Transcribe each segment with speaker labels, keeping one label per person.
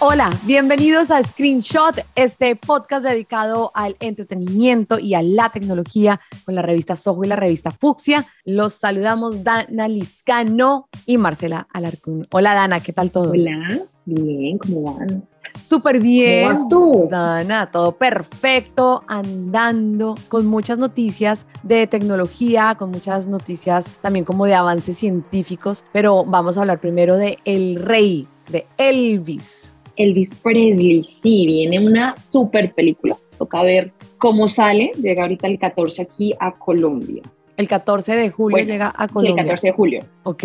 Speaker 1: Hola, bienvenidos a Screenshot, este podcast dedicado al entretenimiento y a la tecnología con la revista Soho y la revista Fuxia. Los saludamos Dana Liscano y Marcela Alarcón. Hola Dana, ¿qué tal todo?
Speaker 2: Hola, bien, ¿cómo van?
Speaker 1: Súper bien.
Speaker 2: ¿Cómo vas tú?
Speaker 1: Dana, todo perfecto, andando con muchas noticias de tecnología, con muchas noticias también como de avances científicos, pero vamos a hablar primero de El Rey, de Elvis.
Speaker 2: Elvis Presley, sí, viene una super película. Toca ver cómo sale. Llega ahorita el 14 aquí a Colombia.
Speaker 1: El 14 de julio
Speaker 2: Bueno,
Speaker 1: llega a
Speaker 2: Sí,
Speaker 1: Colombia.
Speaker 2: el 14 de julio.
Speaker 1: Ok.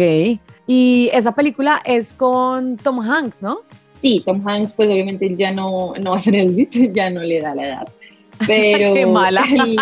Speaker 1: Y esa película es con Tom Hanks, ¿no?
Speaker 2: Sí, Tom Hanks, pues obviamente ya no, no va a ser Elvis, ya no le da la edad. Pero
Speaker 1: Qué mala.
Speaker 2: Sí,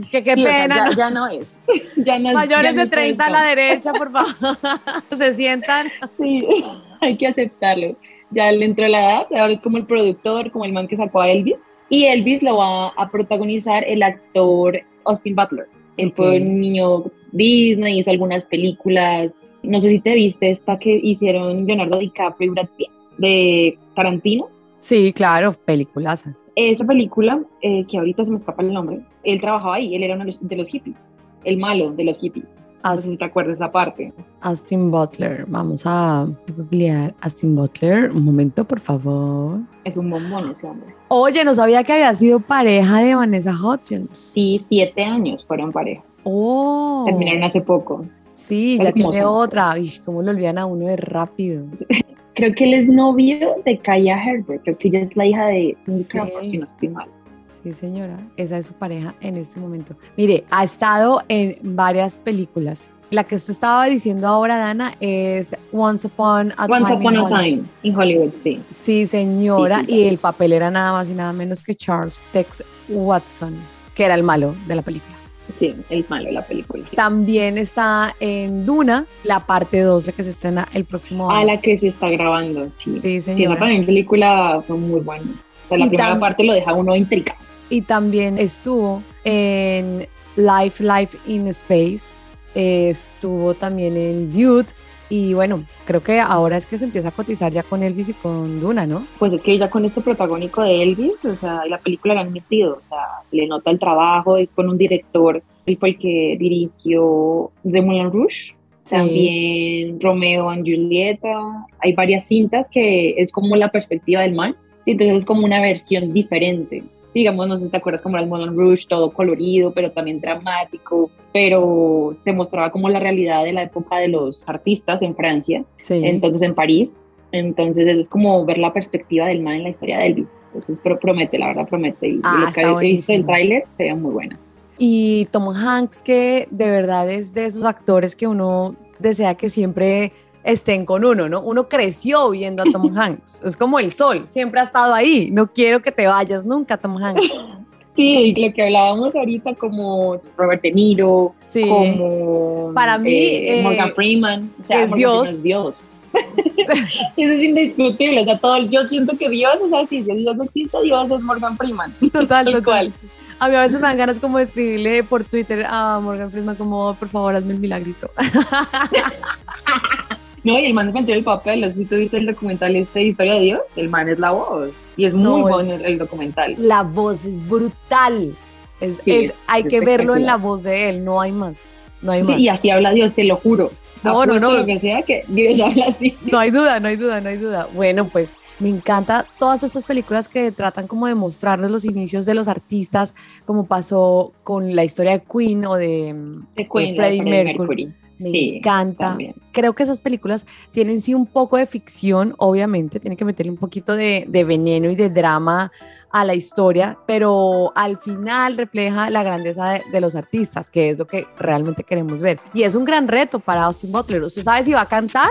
Speaker 1: Es que qué
Speaker 2: o sea,
Speaker 1: pena.
Speaker 2: ya,
Speaker 1: ¿no?
Speaker 2: ya no es. Ya no,
Speaker 1: Mayores
Speaker 2: ya no
Speaker 1: de
Speaker 2: es
Speaker 1: 30 a
Speaker 2: Forrest
Speaker 1: la derecha, por favor. Se sientan.
Speaker 2: Sí, hay que aceptarlo. Ya él entró a la edad, ahora es como el productor, como el man que sacó a Elvis. Y Elvis lo va a protagonizar el actor Austin Butler. Él fue
Speaker 1: Ok.
Speaker 2: un niño Disney, hizo algunas películas. No sé si te viste esta que hicieron Leonardo DiCaprio y Brad Pitt de Tarantino.
Speaker 1: Sí, claro, películas.
Speaker 2: Esa película, eh, que ahorita se me escapa el nombre, él trabajaba ahí, él era uno de los, de los hippies, el malo de los hippies. No
Speaker 1: Pues
Speaker 2: sé si te acuerdas esa parte.
Speaker 1: Austin Butler. Vamos a googlear Austin Butler. Un momento, por favor.
Speaker 2: Es un bombón ese hombre.
Speaker 1: Oye, no sabía que había sido pareja de Vanessa Hudgens.
Speaker 2: Sí, siete años fueron pareja.
Speaker 1: Oh.
Speaker 2: Terminaron hace poco.
Speaker 1: Sí,
Speaker 2: Es
Speaker 1: ya tiene
Speaker 2: hermoso.
Speaker 1: otra. Ish, ¿Cómo lo olvidan a uno de rápido?
Speaker 2: creo que él es novio de Kaya Herbert, creo que ella es la hija de Cindy
Speaker 1: Sí.
Speaker 2: Crawford, si no estoy mal.
Speaker 1: Sí, señora. Esa es su pareja en este momento. Mire, ha estado en varias películas. La que usted estaba diciendo ahora, Dana, es Once Upon a
Speaker 2: Once
Speaker 1: Time. in
Speaker 2: Upon a
Speaker 1: Hollywood.
Speaker 2: Time, en Hollywood, sí.
Speaker 1: Sí, señora.
Speaker 2: Sí, sí, sí.
Speaker 1: Y el papel era nada más y nada menos que Charles Tex Watson, que era el malo de la película.
Speaker 2: Sí, el malo de la película.
Speaker 1: También está en Duna, la parte 2, la que se estrena el próximo
Speaker 2: A
Speaker 1: año.
Speaker 2: la que se está grabando, sí.
Speaker 1: Sí,
Speaker 2: Sí, esa
Speaker 1: señora.
Speaker 2: también película fue muy buena. O sea, la
Speaker 1: Y
Speaker 2: primera
Speaker 1: tam-
Speaker 2: parte lo deja uno intrigado.
Speaker 1: y también estuvo en Life, Life in Space, eh, estuvo también en Dude, y bueno, creo que ahora es que se empieza a cotizar ya con Elvis y con Duna, ¿no?
Speaker 2: Pues es que ya con este protagónico de Elvis, o sea, la película la han metido, o sea, se le nota el trabajo, es con un director, él fue el que dirigió The Moulin Rouge,
Speaker 1: Sí.
Speaker 2: también Romeo and Julieta, hay varias cintas que es como la perspectiva del man, y entonces es como una versión diferente. Digamos, no sé si te acuerdas como era el Moulin Rouge, todo colorido, pero también dramático, pero te mostraba como la realidad de la época de los artistas en Francia
Speaker 1: Sí.
Speaker 2: entonces en París. Entonces es como ver la perspectiva del man en la historia de Elvis. Entonces pero promete, la verdad promete. Y, y
Speaker 1: Ah,
Speaker 2: lo que
Speaker 1: está
Speaker 2: habéis visto del
Speaker 1: buenísimo.
Speaker 2: tráiler se ve muy buena.
Speaker 1: y Tom Hanks, que de verdad es de esos actores que uno desea que siempre estén con uno, ¿no? Uno creció viendo a Tom Hanks, es como el sol, siempre ha estado ahí, no quiero que te vayas nunca, Tom Hanks.
Speaker 2: Sí, y lo que hablábamos ahorita como Robert De Niro,
Speaker 1: Sí.
Speaker 2: como
Speaker 1: este, Para mí, eh,
Speaker 2: Morgan Freeman, o sea,
Speaker 1: es
Speaker 2: Morgan
Speaker 1: Dios.
Speaker 2: Freeman es Dios. Eso es indiscutible, o sea, todo, yo siento que Dios, o sea, si Dios no existe, Dios es Morgan Freeman.
Speaker 1: Total,
Speaker 2: Tal
Speaker 1: total.
Speaker 2: cual.
Speaker 1: A mí a veces me dan ganas como de escribirle por Twitter a Morgan Freeman como, por favor, hazme el milagrito.
Speaker 2: No, y el man planteó el papel, o sea, si tú viste el documental este Historia de Dios, el man es la voz. Y es
Speaker 1: No,
Speaker 2: muy
Speaker 1: es-
Speaker 2: bueno el- el documental.
Speaker 1: La voz es brutal. Es,
Speaker 2: Sí,
Speaker 1: es-
Speaker 2: es-
Speaker 1: hay
Speaker 2: es
Speaker 1: que verlo en
Speaker 2: espectacular.
Speaker 1: la voz de él, no hay más. No hay
Speaker 2: Sí,
Speaker 1: más.
Speaker 2: y así habla Dios, te lo juro.
Speaker 1: No, no,
Speaker 2: Apuesto
Speaker 1: no.
Speaker 2: Lo que sea que Dios habla así.
Speaker 1: No hay duda, no hay duda, no hay duda. Bueno, pues me encanta todas estas películas que tratan como de mostrarnos los inicios de los artistas, como pasó con la historia de Queen o de, mm,
Speaker 2: Te cuento,
Speaker 1: Freddie
Speaker 2: Freddie
Speaker 1: Mercury.
Speaker 2: Mercury.
Speaker 1: Me
Speaker 2: Sí,
Speaker 1: encanta.
Speaker 2: también.
Speaker 1: Creo que esas películas tienen sí un poco de ficción, obviamente, tienen que meterle un poquito de, de veneno y de drama a la historia, pero al final refleja la grandeza de, de los artistas, que es lo que realmente queremos ver. Y es un gran reto para Austin Butler. ¿Usted sabe si va a cantar?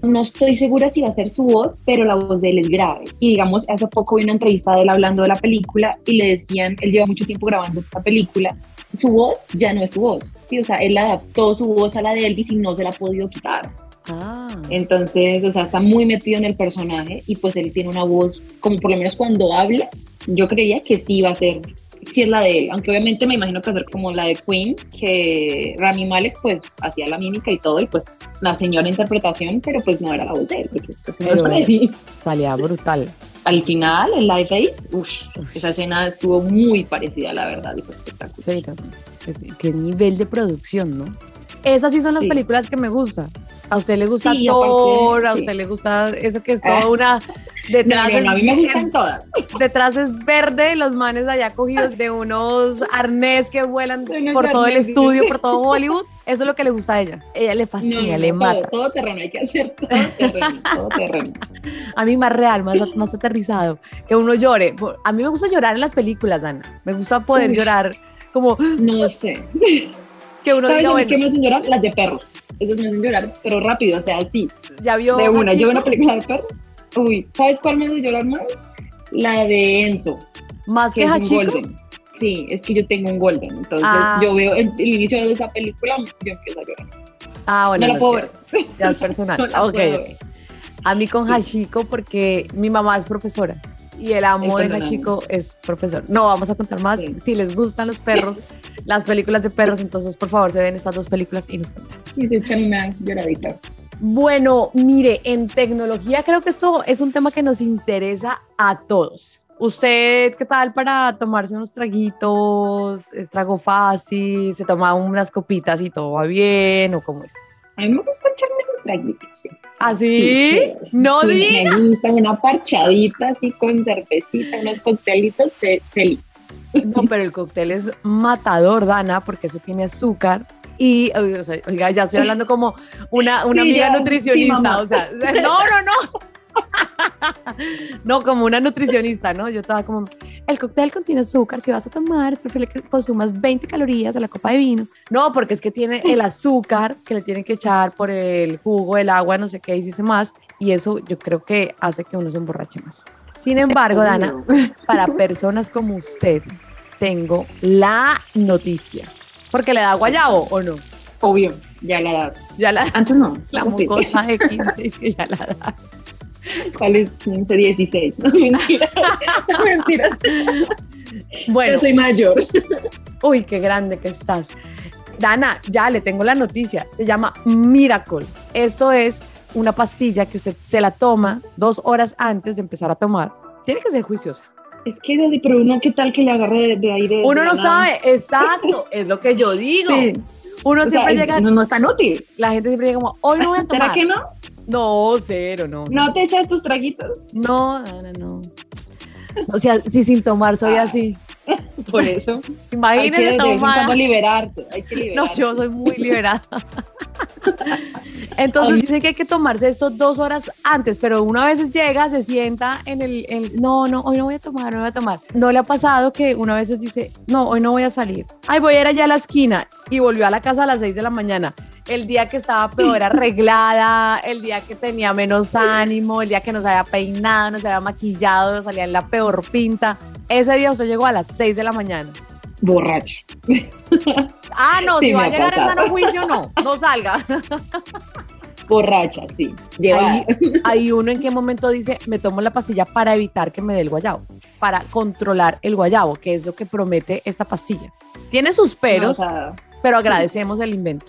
Speaker 2: No estoy segura si va a ser su voz, pero la voz de él es grave. Y digamos, hace poco vi una entrevista de él hablando de la película y le decían, él lleva mucho tiempo grabando esta película, su voz ya no es su voz. Sí, o sea, él adaptó su voz a la de Elvis y no se la ha podido quitar.
Speaker 1: Ah.
Speaker 2: Entonces, o sea, está muy metido en el personaje y pues él tiene una voz, como por lo menos cuando habla, yo creía que sí iba a ser, sí es la de él, aunque obviamente me imagino que va a ser como la de Queen, que Rami Malek pues hacía la mímica y todo y pues la señora interpretación, pero pues no era la voz de él, porque pues, no es
Speaker 1: Pero-
Speaker 2: Freddy.
Speaker 1: Salía brutal.
Speaker 2: Al final, el live aid, ush, esa escena estuvo muy parecida, la verdad, y fue espectacular.
Speaker 1: Sí, no. Qué- qué nivel de producción, ¿no? Esas sí son las
Speaker 2: Sí.
Speaker 1: películas que me gustan. A usted le gusta
Speaker 2: Sí, aparte,
Speaker 1: Thor, a
Speaker 2: sí.
Speaker 1: usted le gusta eso que es
Speaker 2: Ah.
Speaker 1: toda una... Detrás,
Speaker 2: No, no, no, a
Speaker 1: es,
Speaker 2: mí me gustan todas.
Speaker 1: detrás es verde, los manes allá cogidos de unos arnés que vuelan
Speaker 2: De unos
Speaker 1: por todo el
Speaker 2: arnés, sí.
Speaker 1: estudio, por todo Hollywood. Eso es lo que le gusta a ella. Ella le fascina,
Speaker 2: No, no,
Speaker 1: le
Speaker 2: no,
Speaker 1: Ah, mata.
Speaker 2: Todo, todo terreno, hay que hacer todo terreno, todo terreno.
Speaker 1: A mí más real, más, más aterrizado. Que uno llore. Por- A mí me gusta llorar en las películas, Ana. Me gusta poder
Speaker 2: Uy.
Speaker 1: llorar como
Speaker 2: No sé.
Speaker 1: que uno
Speaker 2: ¿Sabes
Speaker 1: diga,
Speaker 2: a mí
Speaker 1: bueno,
Speaker 2: qué me hacen llorar? Las de perros. Esas me hacen llorar, pero rápido, o sea, sí.
Speaker 1: ya vio
Speaker 2: De una.
Speaker 1: Hachiko?
Speaker 2: Yo veo una película de perros. Uy, ¿sabes cuál me hace llorar más? La de Enzo,
Speaker 1: Más
Speaker 2: que
Speaker 1: que
Speaker 2: es un
Speaker 1: Hachiko.
Speaker 2: golden. Sí, es que yo tengo un golden. Entonces
Speaker 1: Ah.
Speaker 2: yo veo el, el inicio de esa película, yo empiezo a llorar.
Speaker 1: Ah, bueno.
Speaker 2: no
Speaker 1: no,
Speaker 2: la puedo
Speaker 1: ya-
Speaker 2: ver.
Speaker 1: Ya es personal.
Speaker 2: No la
Speaker 1: ok.
Speaker 2: puedo ver.
Speaker 1: A mí con Hachiko porque mi mamá es profesora y el amo
Speaker 2: Es
Speaker 1: de
Speaker 2: personal.
Speaker 1: Hachiko es profesor. No, vamos a contar más.
Speaker 2: Sí.
Speaker 1: Si les gustan los perros, las películas de perros, entonces por favor se ven estas dos películas y nos cuentan.
Speaker 2: Y se echan una lloradita.
Speaker 1: Bueno, mire, en tecnología creo que esto es un tema que nos interesa a todos. ¿Usted qué tal para tomarse unos traguitos? ¿Es trago fácil? ¿Se toma unas copitas y todo va bien? ¿O cómo es?
Speaker 2: A mí me gusta echarme un traguito. sí.
Speaker 1: ¿Ah, sí?
Speaker 2: chévere.
Speaker 1: No
Speaker 2: Sí,
Speaker 1: diga.
Speaker 2: Me gusta una parchadita así con cervecita, unos coctelitos, fe- feliz.
Speaker 1: No, pero el cóctel es matador, Dana, porque eso tiene azúcar. Y, oiga, o sea, oiga, ya estoy hablando como una, una
Speaker 2: Sí,
Speaker 1: amiga
Speaker 2: ya, sí,
Speaker 1: nutricionista,
Speaker 2: mamá.
Speaker 1: o sea, no, no, no. No, como una nutricionista, ¿no? Yo estaba como, el cóctel contiene azúcar, si vas a tomar, es preferible que consumas 20 calorías a la copa de vino. No, porque es que tiene el azúcar que le tienen que echar por el jugo, el agua, no sé qué, y si se más, y eso yo creo que hace que uno se emborrache más. Sin embargo, Dana, para personas como usted, tengo la noticia. Porque le da guayabo o no.
Speaker 2: Obvio, ya la edad.
Speaker 1: Ya la,
Speaker 2: Antes no.
Speaker 1: la
Speaker 2: no sé.
Speaker 1: mucosa de 15 es que ya la da.
Speaker 2: ¿Cuál es 15, 16? No, mentiras. mentiras.
Speaker 1: Bueno,
Speaker 2: Yo soy mayor.
Speaker 1: uy, qué grande que estás. Dana, ya le tengo la noticia. Se llama Miracle. Esto es una pastilla que usted se la toma dos horas antes de empezar a tomar. Tiene que ser juiciosa.
Speaker 2: Es que, Dani, pero uno, ¿qué tal que le agarre de, de aire?
Speaker 1: Uno
Speaker 2: de
Speaker 1: no
Speaker 2: la
Speaker 1: sabe, exacto, es lo que yo digo.
Speaker 2: nada? Sí.
Speaker 1: Uno
Speaker 2: O sea,
Speaker 1: siempre llega,
Speaker 2: No, no es tan útil.
Speaker 1: la gente siempre llega como, hoy no voy a tomar.
Speaker 2: ¿Será que no?
Speaker 1: No, cero, no.
Speaker 2: ¿No te echas tus traguitos?
Speaker 1: No, Dana, no. O sea, si sin tomar soy
Speaker 2: Ah,
Speaker 1: así.
Speaker 2: Por eso. Hay que
Speaker 1: Imagínense
Speaker 2: de vez en cuando
Speaker 1: tomar.
Speaker 2: liberarse. Hay que
Speaker 1: No,
Speaker 2: liberarse.
Speaker 1: yo soy muy liberada. Entonces dicen que hay que tomarse esto dos horas antes, pero una vez llega, se sienta en el, en- no, no, hoy no voy a tomar, no voy a tomar. No le ha pasado que una vez dice, no, hoy no voy a salir. Ay, voy a ir allá a la esquina y volvió a la casa a las 6 de la mañana. El día que estaba peor arreglada, el día que tenía menos ánimo, el día que no se había peinado, no se había maquillado, salía en la peor pinta. Ese día usted llegó a las 6 de la mañana.
Speaker 2: Borracho.
Speaker 1: Ah, no,
Speaker 2: Sí,
Speaker 1: si va
Speaker 2: me
Speaker 1: a
Speaker 2: ha
Speaker 1: llegar
Speaker 2: pasado.
Speaker 1: el mano juicio, no, no salga.
Speaker 2: Borracha, sí. Llevada.
Speaker 1: Ahí, ahí uno en qué momento dice, me tomo la pastilla para evitar que me dé el guayabo, para controlar el guayabo, que es lo que promete esta pastilla. Tiene sus
Speaker 2: No, o
Speaker 1: peros,
Speaker 2: sea,
Speaker 1: pero agradecemos el invento.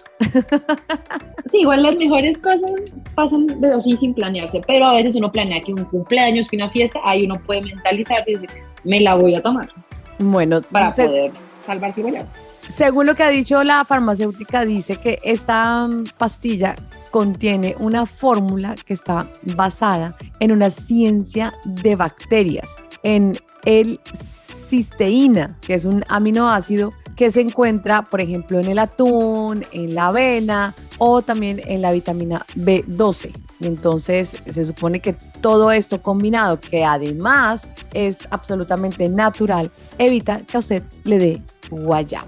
Speaker 2: Sí, igual las mejores cosas pasan de- así sin planearse, pero a veces uno planea que un cumpleaños, que una fiesta, ahí uno puede mentalizarse y decir, me la voy a tomar
Speaker 1: Bueno,
Speaker 2: para
Speaker 1: se-
Speaker 2: poder salvar pues, cibollas.
Speaker 1: según lo que ha dicho la farmacéutica, dice que esta mm, pastilla contiene una fórmula que está basada en una ciencia de bacterias, en el cisteína, que es un aminoácido que se encuentra, por ejemplo, en el atún, en la avena o también en la vitamina B12. Y entonces se supone que todo esto combinado, que además es absolutamente natural, evita que a usted le dé guayabo.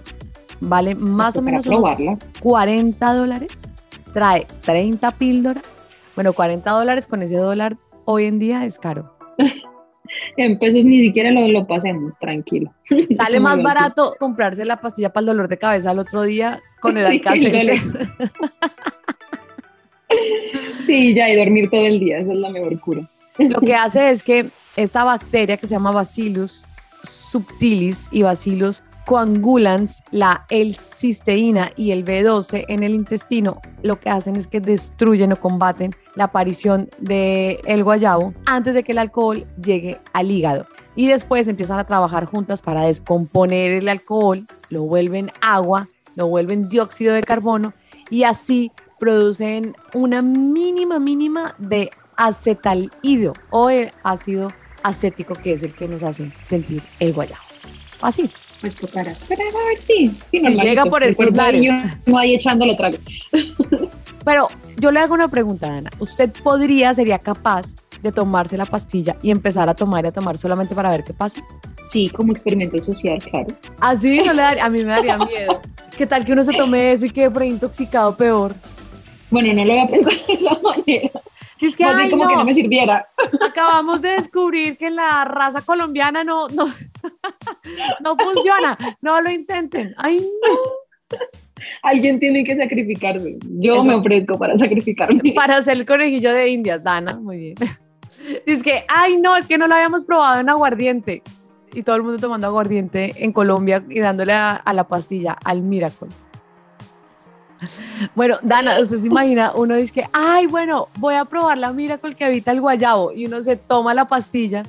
Speaker 1: Vale más o
Speaker 2: Para
Speaker 1: menos unos
Speaker 2: probarla.
Speaker 1: 40 dólares, trae 30 píldoras. Bueno, 40 dólares con ese dólar hoy en día es caro.
Speaker 2: En pesos ni siquiera lo, lo pasemos, tranquilo.
Speaker 1: Sale
Speaker 2: Como
Speaker 1: más
Speaker 2: lo-
Speaker 1: barato comprarse la pastilla para el dolor de cabeza al otro día con el
Speaker 2: Sí,
Speaker 1: alcance.
Speaker 2: el Sí, ya, y dormir todo el día, esa es la mejor cura.
Speaker 1: Lo que hace es que esta bacteria que se llama Bacillus subtilis y Bacillus coagulans, la L-cisteína y el B12 en el intestino, lo que hacen es que destruyen o combaten la aparición del el guayabo antes de que el alcohol llegue al hígado. Y después empiezan a trabajar juntas para descomponer el alcohol, lo vuelven agua, lo vuelven dióxido de carbono y así producen una mínima mínima de acetalído o el ácido acético que es el que nos hace sentir el guayabo. Así.
Speaker 2: Pues tocará. Pero a ver, sí. pues, sí
Speaker 1: Si llega por estos lares.
Speaker 2: No ahí echándole trago.
Speaker 1: Pero yo le hago una pregunta, Ana. ¿Usted podría, sería capaz de tomarse la pastilla y empezar a tomar y a tomar solamente para ver qué pasa?
Speaker 2: Sí, como experimento social, claro.
Speaker 1: Así no le daría- a mí me daría miedo. ¿Qué tal que uno se tome eso y quede por ahí intoxicado peor?
Speaker 2: Bueno, no lo había pensado de esa manera.
Speaker 1: Dice que,
Speaker 2: Más bien
Speaker 1: "Ay,
Speaker 2: como
Speaker 1: no,
Speaker 2: que no me sirviera.
Speaker 1: acabamos de descubrir que la raza colombiana no, no, no funciona. No lo intenten. Ay, no.
Speaker 2: Alguien tiene que sacrificarse. Yo
Speaker 1: Eso.
Speaker 2: me ofrezco para sacrificarme.
Speaker 1: Para hacer el conejillo de indias, Dana. Muy bien. Dice que, ay, no, es que no lo habíamos probado en aguardiente. Y todo el mundo tomando aguardiente en Colombia y dándole a, a la pastilla, al Miracle. Bueno, Dana, usted se imagina, uno dice que, ay, bueno, voy a probar la Miracle que evita el guayabo. Y uno se toma la pastilla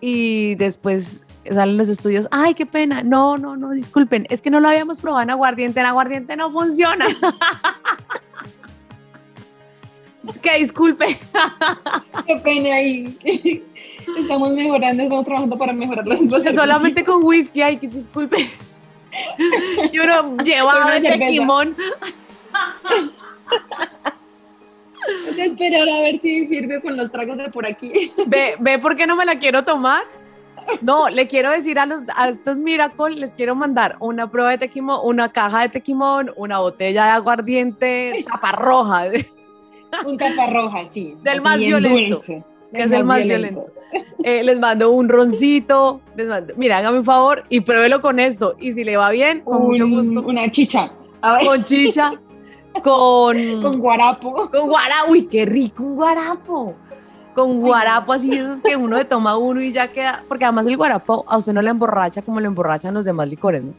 Speaker 1: y después salen los estudios, ay, qué pena, no, no, no, disculpen, es que no lo habíamos probado en aguardiente, en aguardiente no funciona. que disculpe.
Speaker 2: Qué pena ahí. Estamos mejorando, estamos trabajando para mejorar las cosas.
Speaker 1: solamente con whisky, ay, que disculpe. Y uno llevado
Speaker 2: Una
Speaker 1: de
Speaker 2: cerveza.
Speaker 1: tequimón.
Speaker 2: Voy a esperar a ver si sirve con los tragos de por aquí.
Speaker 1: Ve, ve por qué no me la quiero tomar. No, le quiero decir a, los, a estos Miracle, les quiero mandar una prueba de tequimón, una caja de tequimón, una botella de aguardiente, tapa roja,
Speaker 2: Un taparroja, sí.
Speaker 1: Del
Speaker 2: Así
Speaker 1: más
Speaker 2: bien
Speaker 1: violento,
Speaker 2: dulce.
Speaker 1: que es el más violento. Eh, les mando un roncito, les mando, mira, hágame un favor y pruébelo con esto. Y si le va bien, con mucho
Speaker 2: Un-
Speaker 1: gusto,
Speaker 2: Una chicha. A ver,
Speaker 1: con chicha, con,
Speaker 2: con guarapo.
Speaker 1: con guarapo. Uy, qué rico un guarapo. Con guarapo, así esos que uno le toma uno y ya queda. Porque además el guarapo a usted no la emborracha como lo emborrachan los demás licores, ¿no?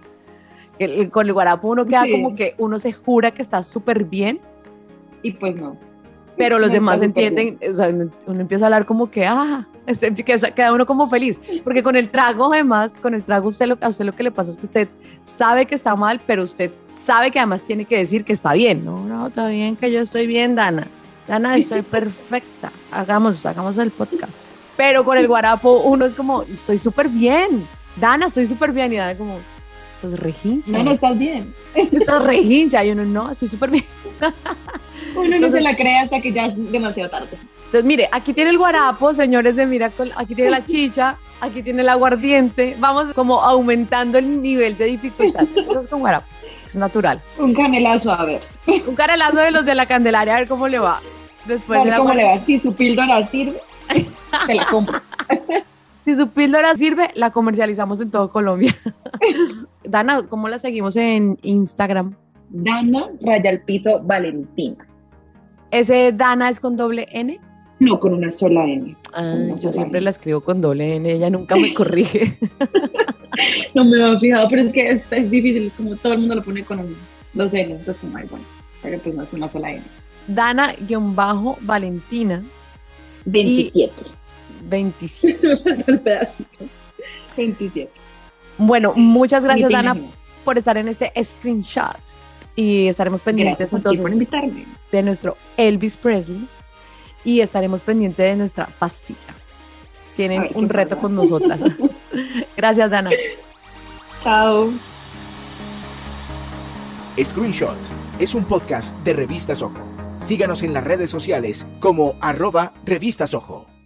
Speaker 1: El- el- con el guarapo uno queda
Speaker 2: Sí.
Speaker 1: como que uno se jura que está súper bien,
Speaker 2: Y pues no.
Speaker 1: pero los
Speaker 2: No
Speaker 1: demás
Speaker 2: está súper
Speaker 1: entienden, o sea, uno uno empieza a hablar como que, ah, este, que sa- queda uno como feliz, porque con el trago además, con el trago usted lo, a usted lo que le pasa es que usted sabe que está mal, pero usted sabe que además tiene que decir que está bien, no, no, está bien, que yo estoy bien, Dana, Dana, estoy perfecta, hagamos, hagamos el podcast, pero con el guarapo uno es como, estoy súper bien, Dana, estoy súper bien, y Dana como, estás regincha,
Speaker 2: No, no estás bien.
Speaker 1: estás regincha, y uno, no, estoy súper bien.
Speaker 2: Uno no
Speaker 1: Entonces-
Speaker 2: se la cree hasta que ya es demasiado tarde.
Speaker 1: Entonces, mire, aquí tiene el guarapo, señores de Miracle, aquí tiene la chicha, aquí tiene el aguardiente. Vamos como aumentando el nivel de dificultad. Eso es con guarapo, es natural.
Speaker 2: Un camelazo, a ver.
Speaker 1: Un carelazo de los de la Candelaria, a ver cómo le va. Después
Speaker 2: a
Speaker 1: de
Speaker 2: ver
Speaker 1: la
Speaker 2: cómo
Speaker 1: guar-
Speaker 2: le va. Si su píldora sirve, te la compro.
Speaker 1: Si su píldora sirve, la comercializamos en todo Colombia. Dana, ¿cómo la seguimos en Instagram?
Speaker 2: Dana raya al piso Valentina.
Speaker 1: Ese Dana es con doble N.
Speaker 2: No con una sola N.
Speaker 1: Ah, yo siempre la escribo con doble N, ella nunca me corrige.
Speaker 2: No me había fijado, pero es que es, es difícil, como todo el mundo lo pone con dos N, entonces como, ay, bueno, pero pues no es una sola N.
Speaker 1: Dana-Valentina
Speaker 2: 27.
Speaker 1: 27.
Speaker 2: El pedacito. 27.
Speaker 1: Bueno, muchas gracias,
Speaker 2: Ni te
Speaker 1: Dana,
Speaker 2: imaginas.
Speaker 1: por estar en este screenshot. Y estaremos pendientes
Speaker 2: Gracias a ti por
Speaker 1: entonces
Speaker 2: invitarme.
Speaker 1: de nuestro Elvis Presley y estaremos pendientes de nuestra pastilla. Tienen
Speaker 2: Ay, qué
Speaker 1: un reto
Speaker 2: barbaridad.
Speaker 1: con nosotras. gracias, Dana.
Speaker 2: Chao.
Speaker 3: Screenshot es un podcast de Revistas Ojo. Síganos en las redes sociales como arroba Revistas Ojo.